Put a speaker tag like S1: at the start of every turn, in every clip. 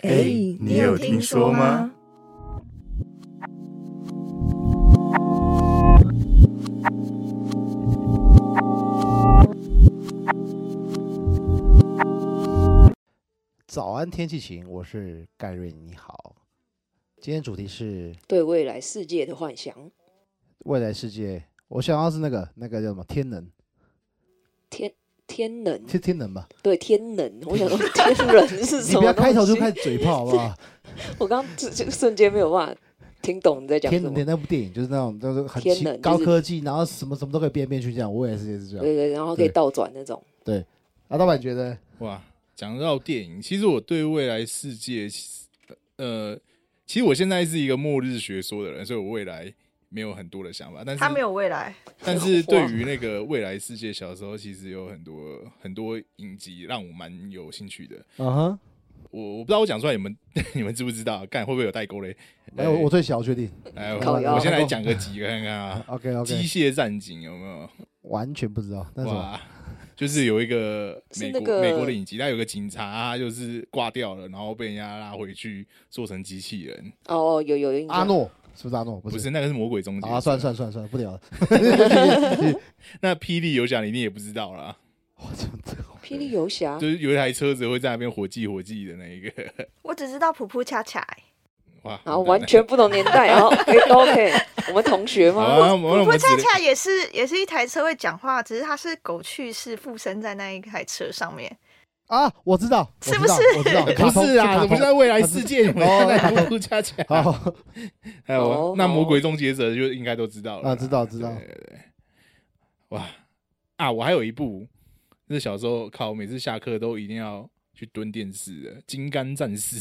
S1: 哎你有听说吗？
S2: 早安，天气晴，我是盖瑞，你好。今天主题是
S3: 对未来世界的幻想，
S2: 未来世界，我想要是那个那个叫什么天能，
S3: 天天能，
S2: 天 天能吧？
S3: 对天能，我想说 天人是
S2: 你
S3: 什
S2: 不
S3: 么
S2: 要
S3: 东
S2: 开头就
S3: 西
S2: 开始嘴炮好不好？
S3: 我刚刚这这瞬间没有办法听懂你 在讲
S2: 天
S3: 什
S2: 能
S3: 么。
S2: 的那部电影就是那种就是很
S3: 天
S2: 奇
S3: 能就是
S2: 高科技，然后什么什么都可以变来变去这样。我也是也是这样。
S3: 对对，然后可以
S2: 对
S3: 倒转那种。
S2: 啊，老板觉得
S1: 哇，讲到电影，其实我对未来世界，其实呃，其实我现在是一个末日学说的人，所以我未来没有很多的想法。但
S4: 他没
S1: 是，
S4: 有未来，
S1: 但是对于那个未来世界，小时候其实有很多很多影集让我蛮有兴趣的。
S2: 嗯哼，
S1: 我我不知道我讲出来你们 你们知不知道？看会不会有代沟嘞？
S2: 哎，我我最小确定。
S1: 来，
S3: 靠
S1: 我
S3: 腰
S1: 我先来讲个几个看看 啊。
S2: OK
S1: 机
S2: OK，
S1: 械战警有没有？
S2: 完全不知道那种。
S1: 哇，就是有一个
S3: 是
S1: 美
S3: 那
S1: 国、
S3: 个
S1: 美国的影集，他有个警察，他就是挂掉了，然后被人家拉回去做成机器人，
S3: 哦，有有有印象
S2: 阿诺是不是阿诺？不
S1: 不
S2: 是
S1: 是那个是魔鬼终结
S2: 啊，算
S1: 者
S2: 了算了算了算了，不 聊了。
S1: 那霹雳游侠你一定也不知道啦，
S2: 我怎么这个
S3: 霹雳游
S2: 啊
S3: 侠
S1: 就是有一台车子会在那边火计火计的那一个，
S4: 我只知道普普恰恰、欸。
S1: 哇，
S3: 然后啊完全不同年代，然后哎都 OK，我们同学
S1: 好
S3: 吗？
S1: 啊，我们我
S4: 普普
S1: 们只
S4: 恰恰也是也是一台车会讲话，只是它是狗去世附身在那一台车上面。
S2: 啊，我知道，我
S4: 是不
S2: 知道
S4: 是
S2: 我知道，卡
S1: 不
S2: 通
S1: 是啊，
S2: 卡
S1: 我
S2: 通
S1: 们在未来世界，你们现在不不恰恰，
S2: 哦 好，
S1: 还有
S3: 哦
S1: 那
S3: 好
S1: 魔鬼终结者就应该都知道了啦
S2: 啊知道知道
S1: 对对对，哇啊，我还有一部，就是小时候靠，每次下课都一定要去蹲电视的《金刚战士》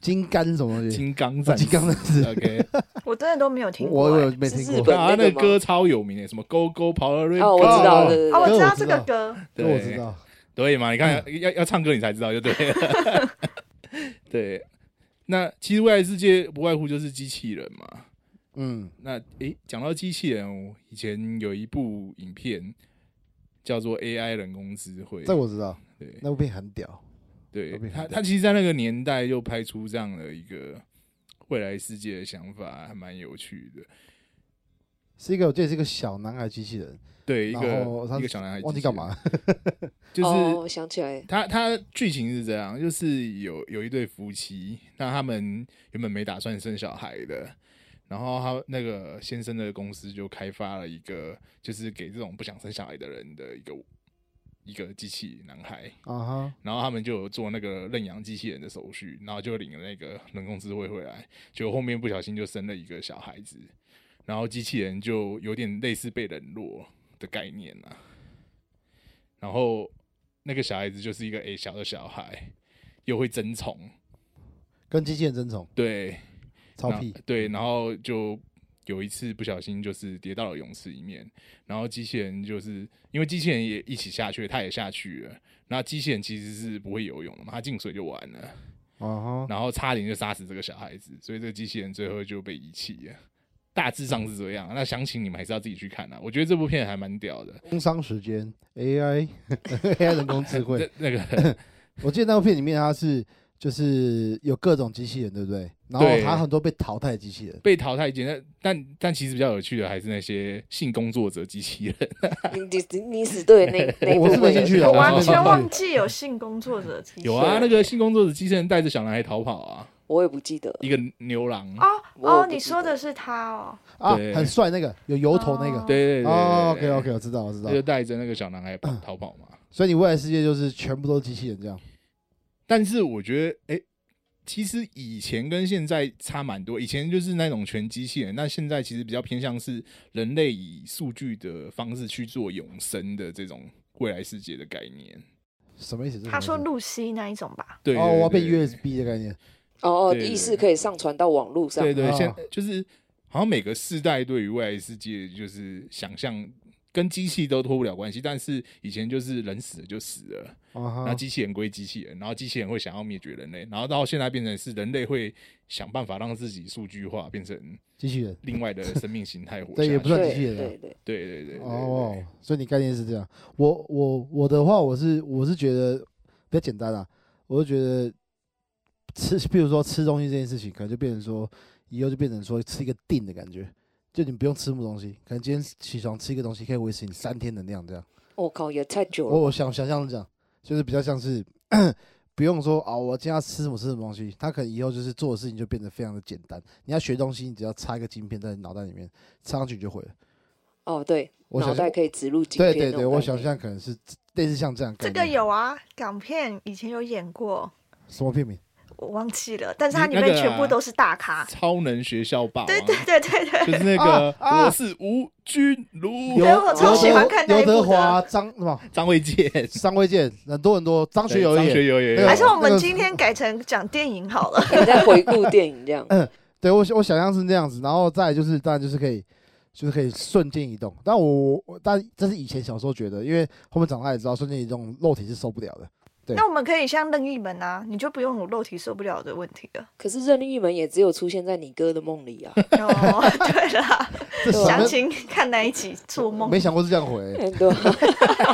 S2: 金刚是什么东
S1: 《
S2: 西？
S1: 金刚战呃士》
S2: 金刚战士
S1: OK，
S4: 我真的都没有听
S2: 我
S4: 过、
S2: 我
S4: 欸
S2: 有。没听
S3: 是日
S2: 过哎
S3: 本，
S1: 啊，那
S3: 那
S1: 个
S3: 个吗
S1: 歌超有名的，什么 Go Go Power r a n
S3: 哦我知道对对
S4: 哦，我知
S2: 这个
S4: 道
S2: 我知
S4: 这
S2: 道
S4: 个歌，
S2: 这我知道。
S1: 对嘛？你看，要要唱歌你才知道，就对了。对，那其实未来世界不外乎就是机器人嘛。
S2: 嗯，
S1: 那诶，讲到机器人，我以前有一部影片叫做 AI 人工智慧，
S2: 这我知道，
S1: 对
S2: 那部片很屌。
S1: 对
S2: 我没，看
S1: 他
S2: 到
S1: 他其实，在那个年代就拍出这样的一个未来世界的想法，还蛮有趣的。
S2: 是一个，我记得是一个小男孩机器人，
S1: 对，一
S2: 然后
S1: 个
S2: 他
S1: 一个小男孩，
S2: 忘记干，嘛，
S1: 就是、
S3: 哦，我想起来，
S1: 他他剧情是这样，就是有有一对夫妻，那他们原本没打算生小孩的，然后他那个先生的公司就开发了一个，就是给这种不想生小孩的人的一个一个机器男孩，
S2: 啊哈，
S1: 然后他们就有做那个认养机器人的手续，然后就领了那个人工智慧回来，结果后面不小心就生了一个小孩子，然后机器人就有点类似被冷落的概念啊。然后那个小孩子就是一个 A 小的小孩，又会争宠，
S2: 跟机器人争宠，
S1: 对，
S2: 超
S1: 那
S2: 屁，
S1: 对，然后就有一次不小心就是跌到了泳池里面，然后机器人就是因为机器人也一起下去了，他也下去了，那机器人其实是不会游泳的嘛，他进水就完了，
S2: 啊哈，
S1: 然后差点就杀死这个小孩子，所以这个机器人最后就被遗弃了。大致上是这样，啊那详情你们还是要自己去看啊。我觉得这部片还蛮屌的，
S2: 工商时间 AI AI 人工智慧，
S1: 那 那个
S2: 我记得那部片里面它是就是有各种机器人，对不对？然后
S1: 对
S2: 它很多被淘汰的机器人，
S1: 被淘汰前，但但但其实比较有趣的还是那些性工作者机器 人。
S3: 你你你死对那那
S2: 啊我是
S3: 部分
S2: 没兴趣的，
S1: 对
S4: 我
S2: 是
S4: 完
S2: 没兴
S4: 全
S2: 趣
S4: 忘记有性工作者机器人
S1: 有啊，那个性工作者机器人带着小男孩逃跑啊，
S3: 我也不记得。
S1: 一个牛郎。
S4: 哦
S3: 我
S4: 哦
S3: 不，记得
S4: 你说的是他哦，
S2: 啊，
S1: 对
S2: 很帅那个有油头那个
S4: 哦，
S1: 对对对对
S2: 哦
S1: 对
S2: ，OK OK，我知道我知道
S1: 他，就带着那个小 男孩跑逃跑嘛。
S2: 所以你未来世界就是全部都是机器人这样，
S1: 但是我觉得，哎、其实以前跟现在差蛮多。以前就是那种全机器人，那现在其实比较偏向是人类以数据的方式去做永生的这种未来世界的概念。
S2: 什么意思？这是
S4: 他
S2: 什么
S4: 说
S2: 意思
S4: 露西那一种吧？
S1: 对
S2: 哦，我要
S1: 对
S2: 变
S1: 对
S2: USB 的概念，
S3: 哦哦，
S1: 对对
S3: 意识可以上传到网络上。
S1: 对对，
S2: 哦
S1: 现就是好像每个世代对于未来世界就是想象。跟机器都脱不了关系，但是以前就是人死了就死了，
S2: 啊
S1: 然后
S2: 哈，
S1: 机器人归机器人，然后机器人会想要灭绝人类，然后到现在变成是人类会想办法让自己数据化，变成
S2: 机器人，
S1: 另外的生命形态活下
S2: 对
S1: 去。
S2: 也不算机器人啊
S3: 对对，
S1: 对对对对
S2: 哦，所以你概念是这样。我我我的话，我是我是觉得比较简单啊，我是觉得吃，比如说吃东西这件事情，可能就变成说以后就变成说吃一个定的感觉，就你不用吃什么东西，可能今天起床吃一个东西可以维持你三天能量这样。
S3: 我、哦靠，也太久
S2: 我
S3: 了。
S2: 我想想象是这样，就是比较像是 不用说啊，我今天要吃什么吃什么东西，他可能以后就是做的事情就变得非常的简单。你要学东西，你只要插一个晶片在脑袋里面，插上去你就会了。
S3: 哦，对，
S2: 我
S3: 脑
S2: 想象
S3: 袋可以植入晶
S2: 对
S3: 片。
S2: 对对，我想。象可能是类似像这样
S4: 这
S2: 感觉。
S4: 个有啊，港片以前有演过，
S2: 什么片名？
S4: 我忘记了，但是它
S1: 你
S4: 里
S1: 那
S4: 面
S1: 个
S4: 全部
S1: 啊
S4: 都是大咖。
S1: 超能学校霸王，
S4: 对对对对
S1: 就
S4: 对，
S1: 是那个、
S2: 啊啊
S1: 我是吴君 如，
S2: 有
S4: 哎我超喜欢看那
S2: 刘
S4: 一部
S2: 德
S4: 的
S2: 华、张什么、
S1: 张卫健，
S2: 张卫健，很多很多，张学友
S1: 张
S2: 也
S1: 学
S2: 演。
S1: 友也
S2: 那
S1: 有
S2: 个
S4: 还是我
S2: 那
S4: 们
S2: 个？
S4: 今天改成讲电影好了。
S3: 你在回顾电影这样
S2: 对我我想象是那样子，然后再来就是当然就是可以。就是可以瞬间移动，但我我但这是以前小时候觉得，因为后面长大也知道瞬间移动肉体是受不了的。对
S4: 那我们可以像任意门啊，你就不用有肉体受不了的问题 了。
S3: 可是任意门也只有出现在你哥的梦里啊。
S4: 哦，对啦，
S2: 这
S3: 对啊
S2: 想
S4: 详
S2: 的
S4: 情看那一集做梦
S2: 没。想过是这样回、
S3: 对啊，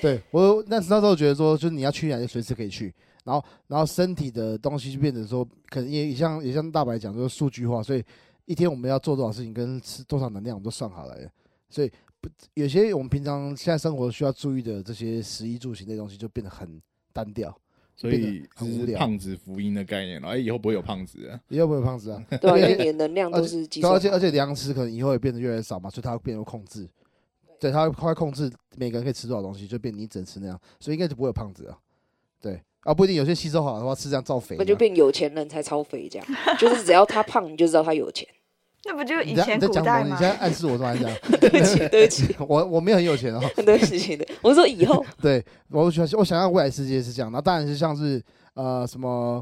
S2: 对我那那时候觉得说，就是你要去哪就随时可以去，然后然后身体的东西就变成说，可能也也像也像大白讲，就是数据化，所以一天我们要做多少事情跟吃多少能量，我们都算好来了。所以不有些我们平常现在生活需要注意的这些食衣住行类东西，就变得很单调。
S1: 所以
S2: 很无
S1: 就是
S2: 聊
S1: 胖子福音的概念了。哎，以后不会有胖子了，
S2: 你要不会胖子啊？
S3: 对啊，
S2: 而
S3: 因
S2: 且
S3: 为你的能量都是集
S2: 对，啊
S3: 中
S2: 而且而且粮食可能以后也变得越来越少嘛，所以它会变得控制。对，它会快控制每个人可以吃多少东西，就变你只能吃那样，所以应该就不会有胖子啊。对啊，不一定有些吸收好的话是这样造肥
S3: 那
S2: 的。
S3: 就变有钱人才超肥这样， 就是只要他胖，你就知道他有钱。
S4: 那不就以
S2: 你在
S4: 前
S2: 你在
S4: 古
S2: 讲什
S4: 代
S2: 么？你
S4: 吗
S2: 现？在暗示我说还是这样？
S3: 对不起，对不起，
S2: 我我没有很有钱哦。
S3: 对不起的。我说以 后
S2: 对，我想我想象未来世界是这样，那当然是像是呃什么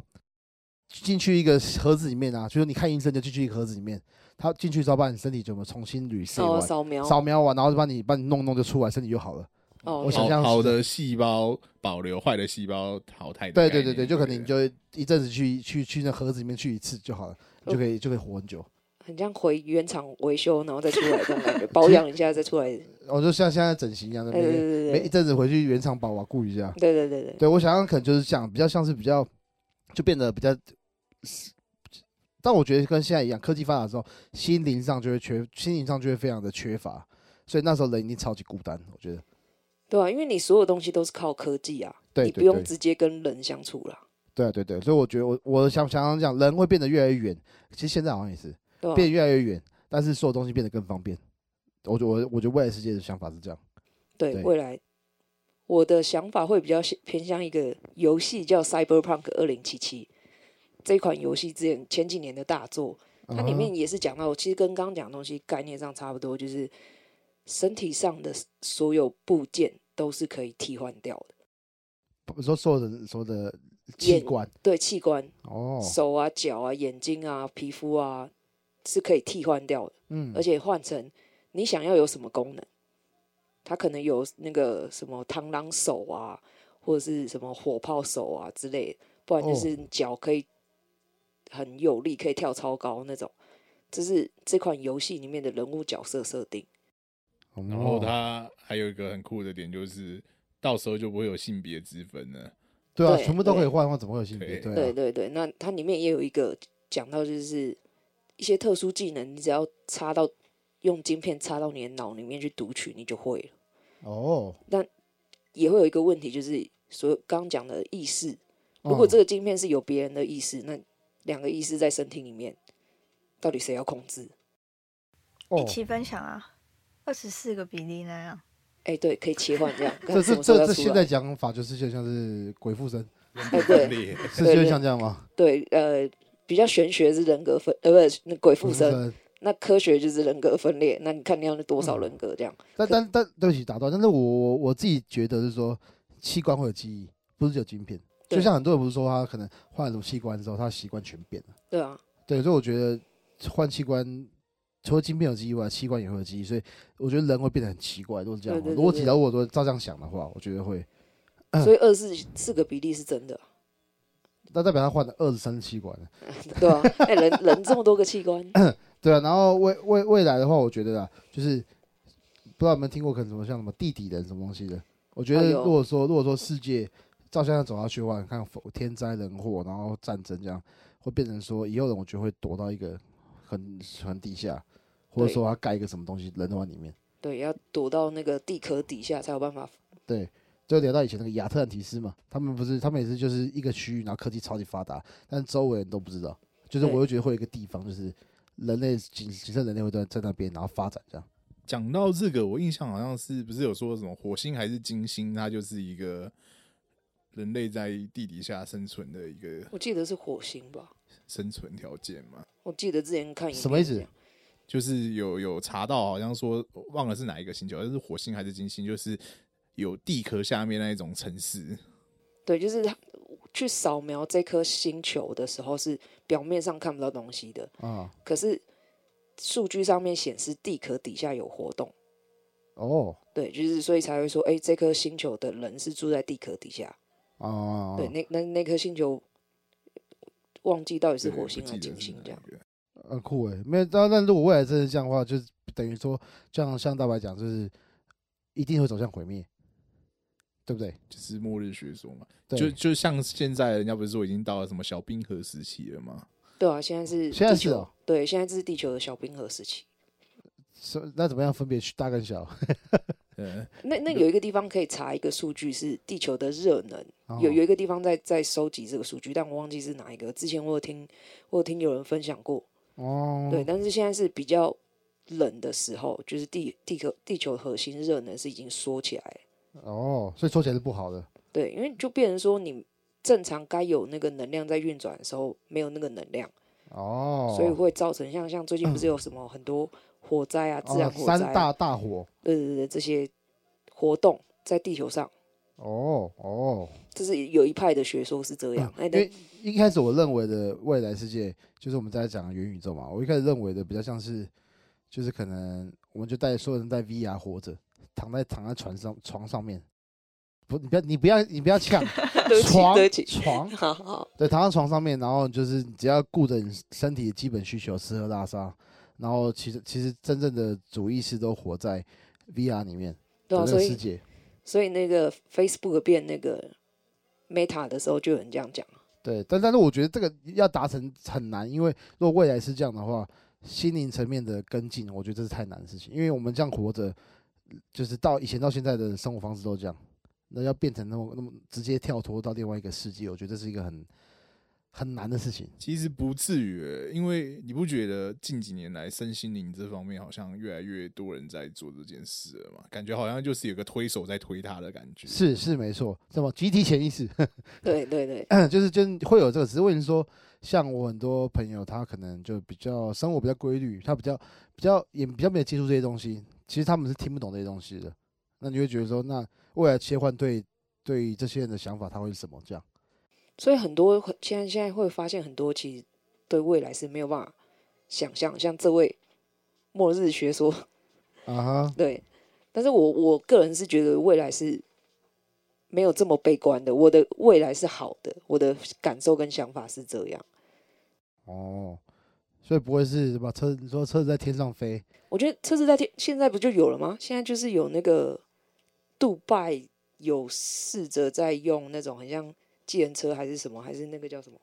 S2: 进去一个盒子里面啊，就是你看医生就进去一个盒子里面，他进去之后把你身体怎么重新捋射
S3: 哦
S2: 完，
S3: 扫描
S2: 扫描完，然后就把你把你弄弄就出来，身体就好了。
S3: 哦
S2: 我，想
S1: 好
S2: 象是
S1: 好的细胞保留，坏的细胞淘汰的
S2: 对
S1: 概念。
S2: 对对对，就可能你
S1: 对
S2: 就一阵子去去去那盒子里面去一次就好了，
S3: 哦
S2: 你就可以就可以活很久。
S3: 很像回原厂维修，然后再出来这种感觉，保养一下再出来。 哎
S2: 我哦就像现在整形一样的，
S3: 对
S2: 每
S3: 对对
S2: 每一
S3: 对
S2: 阵子回去原厂把我顾一下。
S3: 对对对对，
S2: 对我想象可能就是这样，比较像是比较就变得比较，但我觉得跟现在一样，科技发达之后，心灵上就会缺，心灵上就会非常的缺乏，所以那时候人一定超级孤单，我觉得。
S3: 对啊，因为你所有东西都是靠科技啊，
S2: 对
S3: 你
S2: 对
S3: 不用
S2: 对
S3: 直接跟人相处啦，
S2: 对啊，对对，所以我觉得我我想想想讲，人会变得越来越远。其实现在好像也是
S3: 对吧？
S2: 变得越来越远，但是所有东西变得更方便。我觉得我我觉得未来世界的想法是这样。
S3: 对
S2: 对
S3: 未来，我的想法会比较偏向一个游戏叫《Cyberpunk 2077》这一款游戏，之前前几年的大作，它
S2: 嗯
S3: 里面也是讲到，其实跟刚刚讲的东西概念上差不多，就是身体上的所有部件都是可以替换掉的，
S2: 你说所有的所有的器
S3: 眼
S2: 官
S3: 对器官、
S2: 哦，
S3: 手啊、脚啊、眼睛啊、皮肤啊是可以替换掉的，
S2: 嗯
S3: 而，且换成你想要有什么功能，它可能有那个什么螳螂手啊，或者是什么火炮手啊之类的，不然就
S2: 哦
S3: 是脚可以很有力，可以跳超高那种。这是这款游戏里面的人物角色设定。
S1: 然后
S2: 哦
S1: 它还有一个很酷的点就是，到时候就不会有性别之分了。
S2: 对啊，
S3: 对
S2: 全部都可以
S3: 对
S2: 换，换怎么会有性别？
S1: 对
S2: 对
S3: 对
S2: 啊，
S3: 对对，那它里面也有一个讲到，就是一些特殊技能，你只要插到用晶片插到你的脑里面去读取，你就会了。
S2: 哦，
S3: 也会有一个问题，就是所有刚刚讲的意识，如果
S2: 嗯
S3: 这个晶片是有别人的意识，那两个意识在身体里面，到底谁要控制？
S2: 哦
S4: 一起分享啊，二十四个比例那样。
S3: 哎，对，可以切换这样。
S2: 这
S3: 看什
S2: 这
S3: 么时候
S2: 这
S3: 要
S2: 这
S3: 出
S2: 现
S3: 来
S2: 在讲法就是就像是鬼附身，
S4: 哦
S3: 哎，对
S1: 裂
S2: 是
S3: 对
S2: 就
S3: 对
S2: 像这样吗？
S3: 对，呃，比较玄学是人格分，呃，不是那鬼附
S2: 嗯
S3: 身，，那科学就是人格分裂。那你看你要多少人格这样？
S2: 但但但对不起打断，但是我我我自己觉得是说器官会有记忆，不是只有晶片。
S3: 对
S2: 就像很多人不是说他可能换了什么器官之后，他的习惯全变了。
S3: 对啊，
S2: 对，所以我觉得换器官。除了晶片有记忆外，器官也会有记忆，所以我觉得人会变得很奇怪。如果是这样的话，
S3: 对对对
S2: 逻
S3: 对
S2: 辑如果说照这样想的话，我觉得会，嗯
S3: 所以二四四个比例是真的，
S2: 那代表他换了二十三器官了。
S3: 对啊。哎，人人这么多个器官，
S2: 对啊，然后未未未来的话，我觉得啊，就是不知道有没有听过，可能什么像什么地底人什么东西的。我觉
S3: 啊
S2: 得
S3: 有
S2: 如果说、如果说世界照相要走下去的话，你看否天灾人祸，然后战争这样，会变成说以后人我觉得会躲到一个很很地下，或者说他盖一个什么东西人都往里面。
S3: 对，要躲到那个地壳底下才有办法。
S2: 对，就聊到以前那个亚特兰提斯嘛，他们不是他们也是就是一个区域，然后科技超级发达，但周围人都不知道。就是
S3: 对
S2: 我又觉得会有一个地方，就是人类仅仅剩人类会在在那边，然后发展这样。
S1: 讲到这个，我印象好像是不是有说什么火星还是金星，它就是一个人类在地底下生存的一个
S3: 我记得是火星吧？
S1: 生存条件嘛？
S3: 我记得之前看影片
S2: 什么意思
S3: 这样
S1: 就是有有查到，好像说忘了是哪一个星球，就是火星还是金星，就是有地壳下面那一种城市，
S3: 对，就是它去扫描这颗星球的时候，是表面上看不到东西的，
S2: 啊，
S3: 可是数据上面显示地壳底下有活动。
S2: 哦，
S3: 对，就是所以才会说，哎、这颗星球的人是住在地壳底下。
S2: 啊，
S1: 哦
S3: 对，那那那颗星球忘记到底是
S1: 对
S3: 火星
S1: 不
S3: 还
S1: 记
S3: 是
S1: 得
S3: 金
S1: 是
S3: 星
S1: 哪
S3: 这样。
S1: 一个
S2: 很酷诶。没有，但但如果未来真的这样的话，就是等于说，像像大白讲，就是一定会走向毁灭，对不对？
S1: 就是末日学说嘛，
S2: 对，
S1: 就就像现在人家不是说已经到了什么小冰河时期了吗？
S3: 对啊，现在是
S2: 现在
S3: 地
S2: 是
S3: 球
S2: 哦
S3: 对，现在这是地球的小冰河时期。
S2: 是那怎么样分别去大跟小？
S1: 呃，
S3: 那那有一个地方可以查一个数据，是地球的热能。
S2: 哦
S3: 有有一个地方在在收集这个数据，但我忘记是哪一个。之前我有听我有听有人分享过，
S2: 哦，
S3: 对，但是现在是比较冷的时候，就是地地壳地球核心热能是已经缩起来了。
S2: 哦，所以说起来是不好的
S3: 对，因为就变成说你正常该有那个能量在运转的时候没有那个能量，
S2: 哦，嗯
S3: 所以会造成像像最近不是有什么很多火灾啊、自然
S2: 哦
S3: 火灾、
S2: 三大大火，
S3: 对对对这些活动在地球上，
S2: 哦哦，
S3: 这是有一派的学说是这样。哎、
S2: 因为一开始我认为的未来世界就是我们在讲元宇宙嘛，我一开始认为的比较像是，就是可能我们就带所有人带 VR 活着，躺在躺在床上床上面，不，你不要你不要你不要抢
S3: 但 对不起
S2: 床
S3: 对不起，
S2: 床，
S3: 好好
S2: 对，躺在床上面，然后就是只要顾着你身体的基本需求，吃喝拉撒，然后其实其实真正的主意识都活在 VR 里面
S3: 对
S2: 的
S3: 啊，
S2: 那
S3: 所
S2: 个世
S3: 以
S2: 界，
S3: 所以那个 Facebook 变那个 Meta 的时候，就有人这样讲。
S2: 对，但但是我觉得这个要达成很难，因为如果未来是这样的话，心灵层面的跟进，我觉得这是太难的事情。因为我们这样活着，就是到以前到现在的生活方式都这样，那要变成那么那么直接跳脱到另外一个世界，我觉得这是一个很很难的事情。
S1: 其实不至于欸、因为你不觉得近几年来身心灵这方面好像越来越多人在做这件事了嘛？感觉好像就是有个推手在推他的感觉。
S2: 是是没错，什么集体潜意识，
S3: 对对对，
S2: 就是就是会有这个，只是问题是说，像我很多朋友，他可能就比较生活比较规律，他比较比较也比较没有接触这些东西，其实他们是听不懂这些东西的。那你会觉得说，那未来切换对对于这些人的想法，他会是什么？这样
S3: 所以很多现在现在会发现很多其实对未来是没有办法想象，像这位末日学说
S2: 啊哈，
S3: 对，但是我我个人是觉得未来是没有这么悲观的，我的未来是好的，我的感受跟想法是这样。
S2: 哦，所以不会是什么车？你说车子在天上飞？
S3: 我觉得车子在天现在不就有了吗？现在就是有那个杜拜有试着在用那种很像计程车还是什么，还是那个叫什么，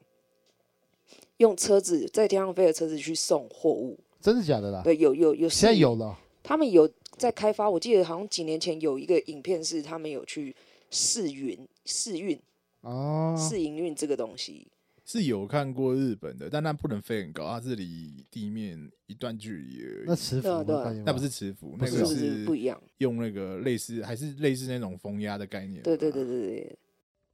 S3: 用车子在天上飞的车子去送货物。
S2: 真的假的啦？
S3: 对，有有有，
S2: 现在有了
S3: 他们有在开发，我记得好像几年前有一个影片是他们有去试运、试运、
S2: 哦，
S3: 试营运这个东西。
S1: 是有看过日本的，但它不能飞很高，它是离地面一段距离而已。
S2: 那磁浮
S3: 对啊
S2: 会
S3: 对啊
S2: 发现
S1: 那不
S2: 吗
S1: 是磁浮，
S2: 不
S1: 那
S2: 是哦
S1: 个
S3: 不是不一样？
S1: 用那个类似，还是类似那种风压的概念。
S3: 对对对，对对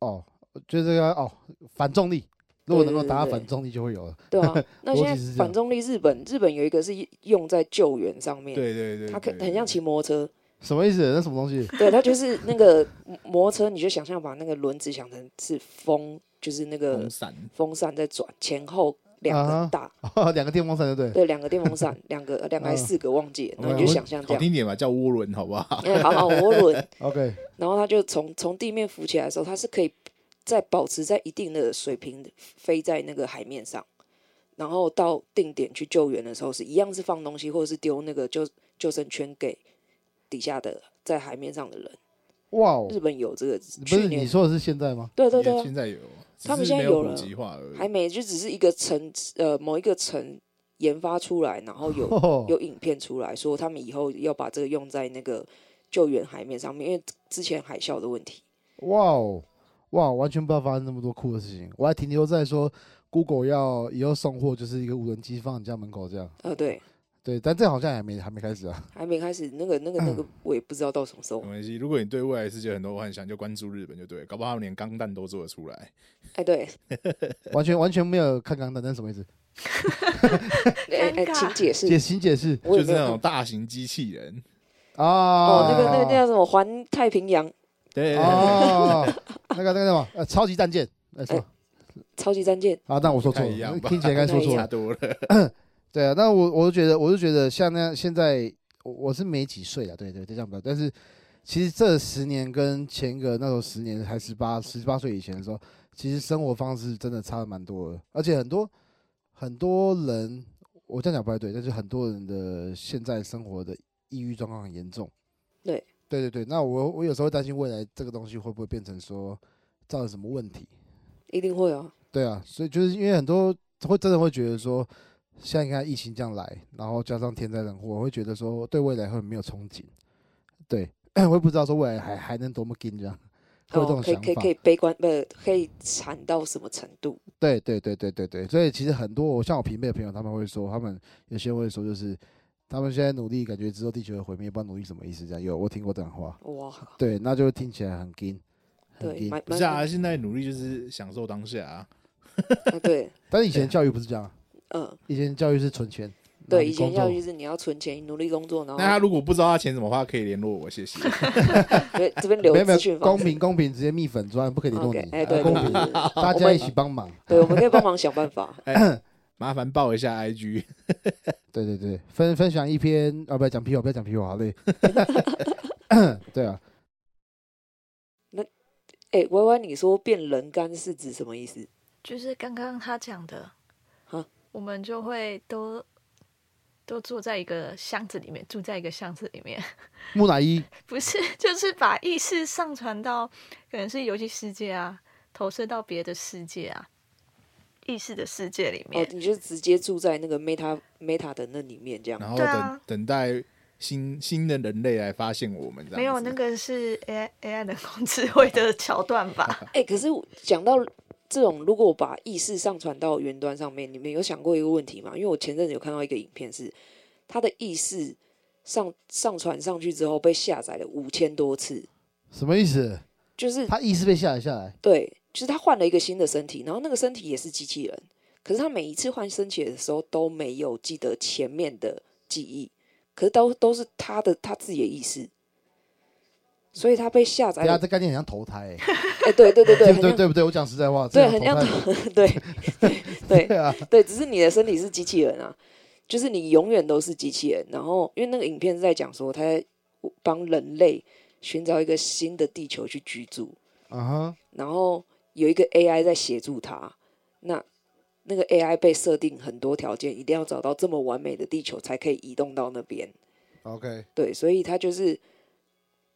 S2: 哦，就是这个哦，反重力，如果能够
S3: 对对
S2: 达到
S3: 对
S2: 反重力就会有了。
S3: 对 啊！那现
S2: 逻辑是
S3: 在
S2: 这样
S3: 反重力日本，日本有一个是用在救援上面，
S1: 对对对，
S3: 它可
S1: 对
S3: 很像。骑摩托车，
S2: 什么意思？那什么东西？
S3: 对，它就是那个摩摩托车，你就想象把那个轮子想成是风，就是那
S1: 对风
S3: 个
S1: 伞，
S3: 风扇在转，前后两
S2: 啊
S3: 个
S2: 哈
S3: 大，
S2: 两个电风扇就对了。
S3: 对，两个电风扇，两个呃两个还是四个忘记了，然后你就想象这
S1: 啊哦好
S3: 样，
S1: 听点吧，叫涡轮，好不好？
S3: 哎，好 好涡轮，
S2: OK，
S3: 然后它就从从地面浮起来的时候，它是可以在保持在一定的水平的飞在那个海面上，然后到定点去救援的时候是一样是放东西或者是丢那个救救生圈给底下的在海面上的人，
S2: 哇哦，
S3: 日本有这个，
S2: 不
S3: 去
S2: 是你
S3: 年
S2: 说的是现在吗？
S3: 对对
S1: 也
S3: 对
S1: 现
S3: 啊，
S1: 在有，只
S3: 他们
S1: 是
S3: 现在
S1: 没有
S3: 有
S1: 普
S3: 了
S1: 及化而
S3: 还
S1: 已。
S3: 没，就只是一个城呃某一个城研发出来，然后 有
S2: 哦
S3: 有影片出来说他们以后要把这个用在那个救援海面上面，因为之前海啸的问题。
S2: 哇哦，哇，完全不知道发生那么多酷的事情，我还停留在说 Google 要以后送货就是一个无人机放你家门口这样。
S3: 呃，对，
S2: 对，但这好像还没还没开始啊。
S3: 还没开始，那个那个那
S2: 嗯
S3: 个我也不知道到什么时候
S1: 没。关系，如果你对未来世界很多幻想，就关注日本就对了，搞不好他们连钢弹都做得出来。
S3: 哎，对，
S2: 完全完全没有看钢弹，那是什么意思？
S3: 哎哎，
S4: 尴尬
S3: 请解释
S2: 解，请解释
S3: 我
S1: 就
S3: 也
S1: 是
S3: 没有
S1: 那
S3: 看
S1: 种大型机器人，
S2: 啊！
S3: 哦
S2: 哦，
S3: 那个那个叫什么环太平洋
S1: 对，
S2: 哦，那个那个什么，呃，超级战舰，哎，错
S3: 哎超级战舰，
S2: 啊，那我说
S1: 不
S2: 错
S1: 太一样
S2: 了，
S1: 吧
S2: 听起来应该说
S3: 不
S2: 错
S3: 太一
S1: 差
S2: 了
S3: 样。
S1: 多了。
S2: 对啊，那我我就觉得，我就觉得像那样，现在我我是没几岁了，对对对，这样不要。但是其实这十年跟前一个那时候十年还十八十八岁以前的时候，其实生活方式真的差的蛮多的，而且很多很多人，我这样讲不太对，但是很多人的现在生活的抑郁状况很严重。
S3: 对
S2: 对对对，那我我有时候会担心未来这个东西会不会变成说造成什么问题。
S3: 一定会啊。
S2: 对啊，所以就是因为很多会真的会觉得说，现在你看疫情这样来，然后加上天灾人祸，会觉得说对未来会没有憧憬，对， 我也不知道说未来还还能多么劲这样，会有这
S3: 哦，
S2: 种
S3: 可以
S2: 想
S3: 可以
S2: 法。
S3: 可以悲观，不、可以惨到什么程度？
S2: 对对对对对对，所以其实很多我像我平辈的朋友，他们会说，他们有些人会说就是。他们现在努力，感觉之后地球会毁灭，不知道努力什么意思。这样有我听过这样的话，
S3: 哇，
S2: 对，那就听起来很劲，很
S3: 哦对，
S2: 劲。
S3: 蛮
S1: 不
S3: 蛮
S1: 是啊，现在努力就是享受当下啊。
S3: 啊对，
S2: 但是以前教育不是这样啊，
S3: 嗯，
S2: 以前教育是存钱，然后
S3: 对，
S2: 你
S3: 以前
S2: 工作
S3: 教育是你要存钱，努力工作，然
S1: 那他
S3: 后
S1: 如果不知道他钱怎么花，可以联络我，谢 谢。
S3: 对这边留
S2: 没有没
S3: 资讯
S2: 有
S3: 方
S2: 公
S3: 式
S2: 平公平，直接蜜粉砖不可以联络你
S3: OK，，哎，对，
S2: 啊公
S3: 对
S2: 平，
S3: 对对对
S2: 大
S3: 我
S2: 家
S3: 们
S2: 一起帮忙。
S3: 对，我们可以帮忙想办法。
S1: 麻烦报一下 IG，
S2: 对对对，分分享一篇啊，不要讲屁话，不要讲屁话，好累。 对啊，
S3: 哎，歪歪，你说变人干是指什么意思？
S4: 就是刚刚他讲的
S3: 哈，
S4: 我们就会都都坐在一个箱子里面，住在一个箱子里面，
S2: 木乃伊
S4: 不是，就是把意识上传到可能是游戏世界啊，投射到别的世界啊，意识的世界里
S3: 哦
S4: 面，。
S3: 你就直接住在那个 Meta Meta 的那里面这样。
S1: 然后
S4: 对
S1: 等、
S4: 啊
S1: 等待新新的人类来发现我们这样子。
S4: 没有，那个是 AI AI 人工智慧的桥段 吧？
S3: 哎，可是我讲到这种，如果我把意识上传到云端上面，你们有想过一个问题吗？因为我前阵子有看到一个影片是，他的意识上上传上去之后被下载了五千多次，
S2: 什么意思？
S3: 就是
S2: 他意识被下载下来，
S3: 对，就是他换了一个新的身体，然后那个身体也是机器人，可是他每一次换身体的时候都没有记得前面的记忆，可是都都是他的他自己的意识，所以他被下载
S2: 对啊，
S3: 了。
S2: 这概念很像投 胎、欸，
S3: 哎、对对哎对对，
S2: 对
S3: 很
S2: 对
S3: 像
S2: 对不对？我讲实在话，
S3: 对，
S2: 这
S3: 很像
S2: 样投胎。
S3: 对对对
S2: 对啊，
S3: 对，只是你的身体是机器人啊，就是你永远都是机器人。然后，因为那个影片是在讲说，他在帮人类寻找一个新的地球去居住，
S2: 啊哈，
S3: 然后有一个 AI 在协助他。那那个 AI 被设定很多条件，一定要找到这么完美的地球才可以移动到那边。
S2: OK，
S3: 对，所以他就是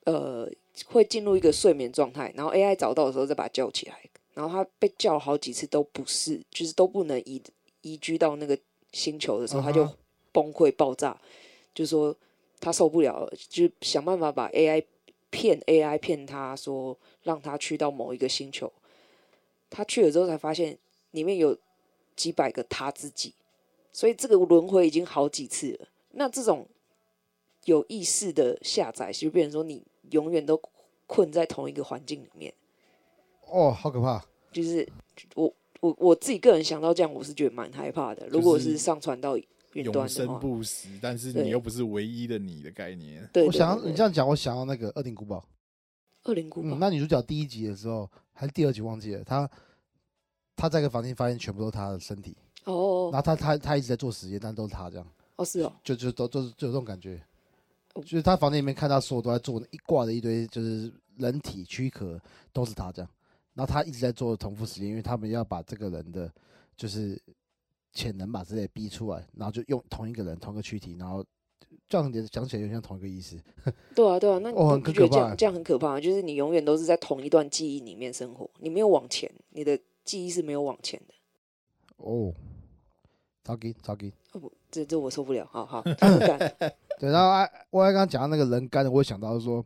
S3: 呃会进入一个睡眠状态，然后 AI 找到的时候再把他叫起来，然后他被叫了好几次都不是，就是都不能移移居到那个星球的时候，他就
S2: 嗯哼
S3: 崩溃爆炸，就说他受不了了，就想办法把 AI 骗 AI 骗他说让他去到某一个星球，他去了之后才发现里面有几百个他自己，所以这个轮回已经好几次了。那这种有意识的下载，就变成说你永远都困在同一个环境里面。
S2: 哦，好可怕。
S3: 就是我我我自己个人想到这样，我是觉得蛮害怕的。如果
S1: 就是
S3: 是上传到云
S1: 永
S3: 端的
S1: 生
S3: 话，
S1: 不死，但是你
S3: 对
S1: 又不是唯一的你的概念。
S3: 对，
S2: 我
S3: 对
S2: 想要
S3: 对
S2: 你这样讲，我想要那个《恶灵古堡》。
S3: 恶灵古
S2: 嗯，
S3: 堡，
S2: 那女主角第一集的时候还是第二集忘记了，她她在一个房间发现全部都是她的身体，
S3: 哦哦
S2: 然后她她她一直在做实验，但都是她这样。
S3: 哦是哦，
S2: 就就都都是就有这种感觉，
S3: 哦
S2: 就是他房间里面看到所有都在做一挂的一堆就是人体躯壳都是他这样，然后他一直在做重复实验，因为他们要把这个人的就是潜能把之类逼出来，然后就用同一个人同一个躯体，然后这样讲起来有点像同一个意思。
S3: 对啊，对啊，那你
S2: 哦
S3: 不
S2: 很
S3: 觉
S2: 可
S3: 得
S2: 怕
S3: 这
S2: 欸
S3: 样这样很可怕？就是你永远都是在同一段记忆里面生活，你没有往前，你的记忆是没有往前的。
S2: 哦，超级超级。
S3: 哦不，这这我受不了，好 好，干
S2: 对，然后啊我刚刚讲到那个人干的，我也想到说，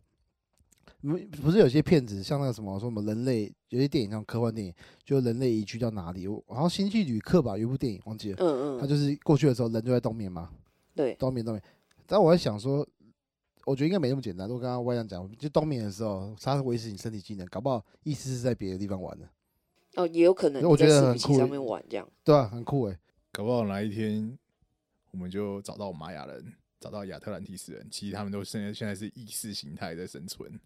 S2: 嗯不是有些骗子像那个什么说我们人类有些电影像科幻电影，就人类移居到哪里？我好像《星际旅客》吧，有一部电影忘记了，
S3: 嗯
S2: 他
S3: 嗯，
S2: 就是过去的时候人就在冬眠嘛，
S3: 对，
S2: 冬眠冬眠。但我在想说，我觉得应该没那么简单。如果刚刚我想讲，就冬眠的时候，它是维持你身体机能，搞不好意思是在别的地方玩的，
S3: 哦，也有可能
S2: 我
S3: 你在
S2: 觉
S3: 伺
S2: 得
S3: 服
S2: 很
S3: 器
S2: 酷
S3: 上面玩这样，
S2: 对啊，很酷诶、
S1: 搞不好哪一天我们就找到玛雅人，找到亚特兰蒂斯人，其实他们都现在现在是意识形态在生存。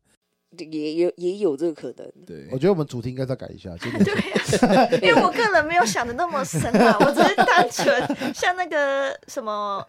S3: 也也也有这个可能。
S1: 对，
S2: 我觉得我们主题应该再改一下，今年
S4: 对呀、因为我个人没有想的那么深啊，我只是单纯像那个什么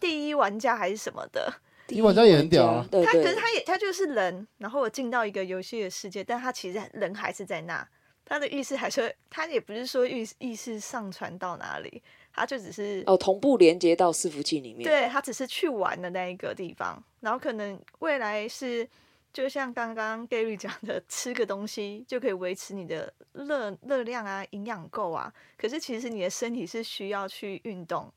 S4: 第一玩家还是什么的，
S3: 第
S2: 玩家也很屌啊
S3: 玩家对
S4: 他可
S3: 对
S4: 是他也他就是人，然后我进到一个游戏的世界，但他其实人还是在那，他的意识还是会他也不是说意意识上传到哪里，他就只是、
S3: 哦，同步连接到伺服器里面。
S4: 对他只是去玩的那一个地方，然后可能未来是就像刚刚 Gary 讲的，吃个东西就可以维持你的热热量啊、营养够啊，可是其实你的身体是需要去运动，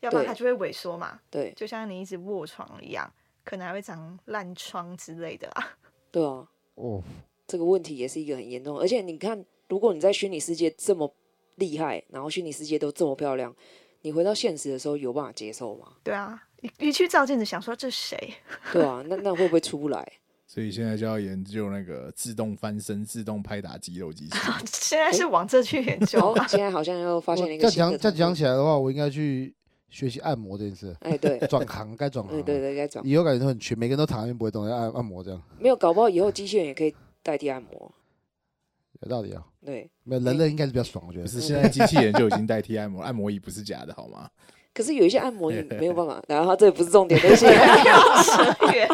S4: 要不然
S3: 对
S4: 它就会萎缩嘛，
S3: 对
S4: 就像你一直卧床一样，可能还会长烂疮之类的啊。
S3: 对啊，
S2: 哦，
S3: 这个问题也是一个很严重的。而且你看，如果你在虚拟世界这么厉害，然后虚拟世界都这么漂亮，你回到现实的时候有办法接受吗？
S4: 对啊，一一去照镜子想说这谁？
S3: 对啊，那那会不会出不来？
S1: 所以现在就要研究那个自动翻身、自动拍打肌肉机器。
S4: 现在是往这去研
S3: 然
S4: 究
S3: 后
S4: 啊。
S3: 现在好像又发现了一
S2: 再
S3: 个新
S2: 讲
S3: 的
S2: 再
S3: 产业。
S2: 讲起来的话，我应该去学习按摩这 件事，
S3: 哎， 对，
S2: 转行该转行
S3: 对
S2: 了。
S3: 对对，该讲
S2: 以后感觉都很全，每个人都躺在那边不会动，要按按摩这样，
S3: 没有，搞不好以后机器人也可以代替按摩。
S2: 有道理啊。
S3: 对，
S2: 没有人类应该是比较爽，我觉
S1: 不
S2: 得
S1: 是，现在机器人就已经代替按 摩，按摩椅不是假的好吗？
S3: 可是有一些按 摩你没有办法，然后这不是重点，而且
S4: 扯远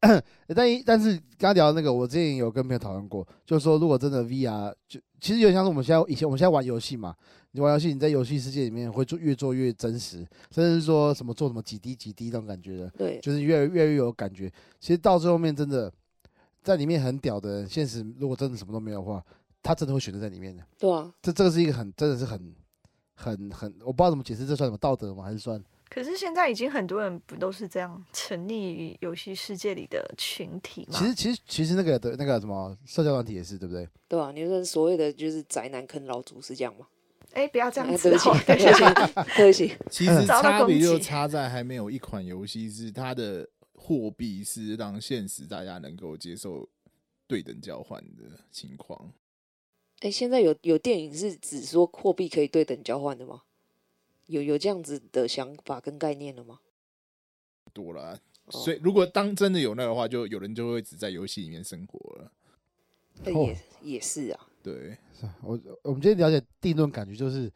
S2: 欸但一但是刚刚聊那个，我之前有跟朋友讨论过，就是说如果真的 VR 就其实有点像是我们现在以前我们现在玩游戏嘛，你玩游戏你在游戏世界里面会做越做越真实，甚至是说什么做什么几滴几滴那种感觉的，
S3: 对
S2: 就是越来越越有感觉。其实到最后面真的在里面很屌的人，现实如果真的什么都没有的话，他真的会选择在里面的。
S3: 对啊，
S2: 这这个是一个很真的是很很很，我不知道怎么解释，这算什么道德吗？还是算
S4: 可是现在已经很多人不都是这样沉溺于游戏世界里的群体吗？
S2: 其实其实其实那个的那个什么社交软体也是对不对？
S3: 对啊，你说所谓的就是宅男坑老祖是这样吗？
S4: 哎、不要这样
S3: 哎，
S4: 子
S3: 对不起
S4: 哦、，
S3: 对 不 起，对不起，
S1: 嗯其实
S4: 遭到
S1: 差
S4: 攻
S1: 别就
S4: 击
S1: 差在还没有一款游戏是它的货币是让现实大家能够接受对等交换的情况。
S3: 哎，现在有有电影是只说货币可以对等交换的吗？有有这样子的想法跟概念了吗？
S1: 多了。啊
S3: 哦
S1: 所以，如果当真的有那个的话，就有人就会只在游戏里面生活了。
S3: 哎
S2: 哦
S3: 也也是啊，
S1: 对，
S2: 是啊我我们今天了解定论，感觉就是，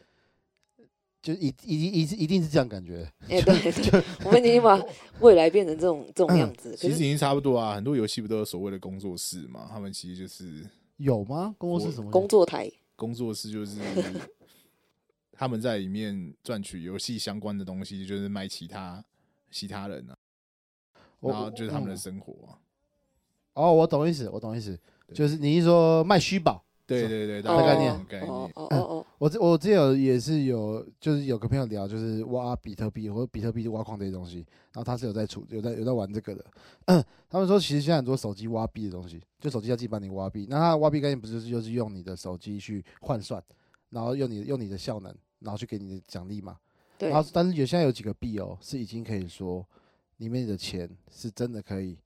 S2: 就一一一一定是这样感觉。
S3: 哎，对， 对我们已经把未来变成这种这种样
S2: 嗯
S3: 子，可
S1: 其实已
S3: 是
S1: 经差不多啊。很多游戏不都有所谓的工作室嘛？他们其实就是
S2: 有吗？工作室
S1: 我
S2: 什么
S3: 工作台
S1: 工作 室，就是他们在里面赚取游戏相关的东西，就是卖其他其他人啊，
S2: 我
S3: 哦
S1: 然后就是他们的
S2: 嗯
S1: 生活啊、
S2: 哦，我懂意思，我懂意思，
S1: 对
S2: 就是你一说卖虚宝，
S1: 对对对，大
S3: 哦
S2: 这
S1: 概
S2: 概
S1: 这
S2: 念嗯
S1: 种概念。
S3: 哦哦哦哦，
S2: 我之我之前有也是有，就是有个朋友聊，就是挖比特币或者比特币挖矿这些东西，然后他是有在处有在有在玩这个的。他们说，其实现在很多手机挖币的东西，就手机要自己帮你挖币，那它的挖币概念不就是就是用你的手机去换算，然后用你用你的效能，然后去给你的奖励嘛。
S3: 对
S2: 然后但是有现在有几个币哦，是已经可以说里面的钱是真的可以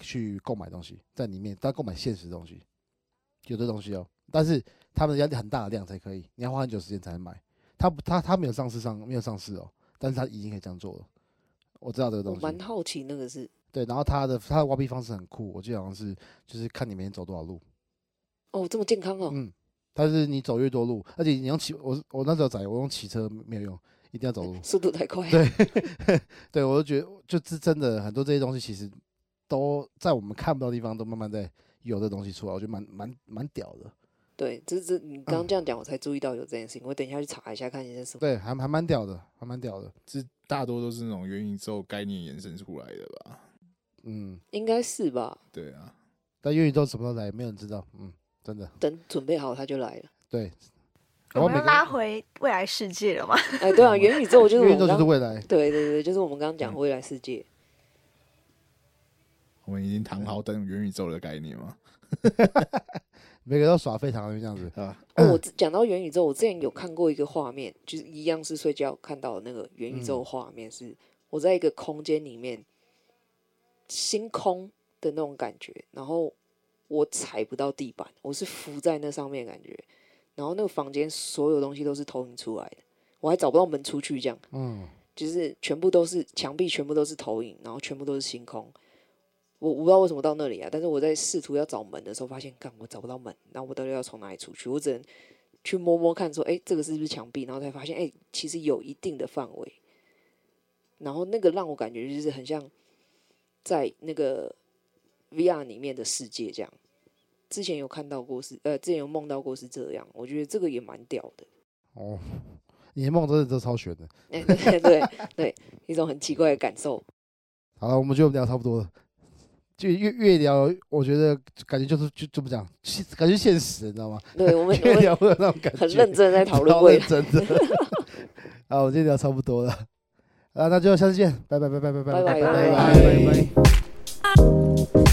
S2: 去购买东西，在里面，但购买现实东西，有的东西哦，但是他们要很大的量才可以，你要花很久时间才能买。他不，他他没有上市上没有上市哦，但是他已经可以这样做了。我知道这个
S3: 我
S2: 东西，
S3: 蛮好奇那个是
S2: 对，然后他的他的挖币方式很酷，我记得好像是就是看你每天走多少路，
S3: 哦这么健康哦，
S2: 嗯，但是你走越多路，而且你用骑我我那时候载我用骑车没有用，一定要走 路。
S3: 速度太快，
S2: 对，对我就觉得就是真的很多这些东西其实都在我们看不到的地方都慢慢在有的东西出来，我觉得蛮蛮蛮屌的。
S3: 对，这这你刚刚这样讲，我才注意到有这件事情。我等一下去查一下，看一下是什么。
S2: 对，还还蛮屌的，还蛮屌的。
S1: 这大多都是那种元宇宙概念延伸出来的吧？
S2: 嗯，
S3: 应该是吧？
S1: 对啊，
S2: 但元宇宙什么时候来，没有人知道。嗯，真的，
S3: 等准备好他就来 了。
S2: 对。
S4: 我
S2: 然后
S4: 们
S2: 每
S4: 要
S2: 个
S4: 拉回未来世界了嘛？
S3: 哎，对啊，元宇宙就是
S2: 元
S3: 我
S2: 宇宙
S3: 们
S2: 就是
S3: 刚
S2: 未来，
S3: 对对对，就是我们刚刚讲未来世界。
S1: 我们已经谈好等元宇宙的概念嘛？
S2: 每个都耍废糖这样子。
S1: 啊，
S3: 哦，我之讲到元宇宙，我之前有看过一个画面，就是一样是睡觉看到的那个元宇宙画面，是我在一个空间里面，星空的那种感觉，然后我踩不到地板，我是浮在那上面的感觉，然后那个房间所有东西都是投影出来的，我还找不到门出去，这样
S2: 嗯，
S3: 就是全部都是墙壁，全部都是投影，然后全部都是星空。我我不知道为什么到那里啊，但是我在试图要找门的时候，发现干我找不到门，那我到底要从哪里出去？我只能去摸摸看，说，哎、这个是不是墙壁？然后才发现，哎、其实有一定的范围。然后那个让我感觉就是很像在那个 VR 里面的世界这样。之前有看到过是，呃，之前有梦到过是这样，我觉得这个也蛮屌的。
S2: 哦，你的梦真的都超悬的。
S3: 哎、对对对，一种很奇怪的感受。
S2: 好了，我们就聊差不多了。就越越聊，我觉得感觉就是就怎么讲，现感觉现实，你知道吗？
S3: 对我们我
S2: 越
S3: 们
S2: 聊 会有那种感觉，
S3: 很认真地在讨论
S2: 超
S3: 未来。
S2: 认 真的。啊，我今天聊差不多了，啊，那就下次见，拜拜拜拜拜拜
S3: 拜拜
S2: 拜
S4: 拜
S2: 拜拜拜。
S1: 拜。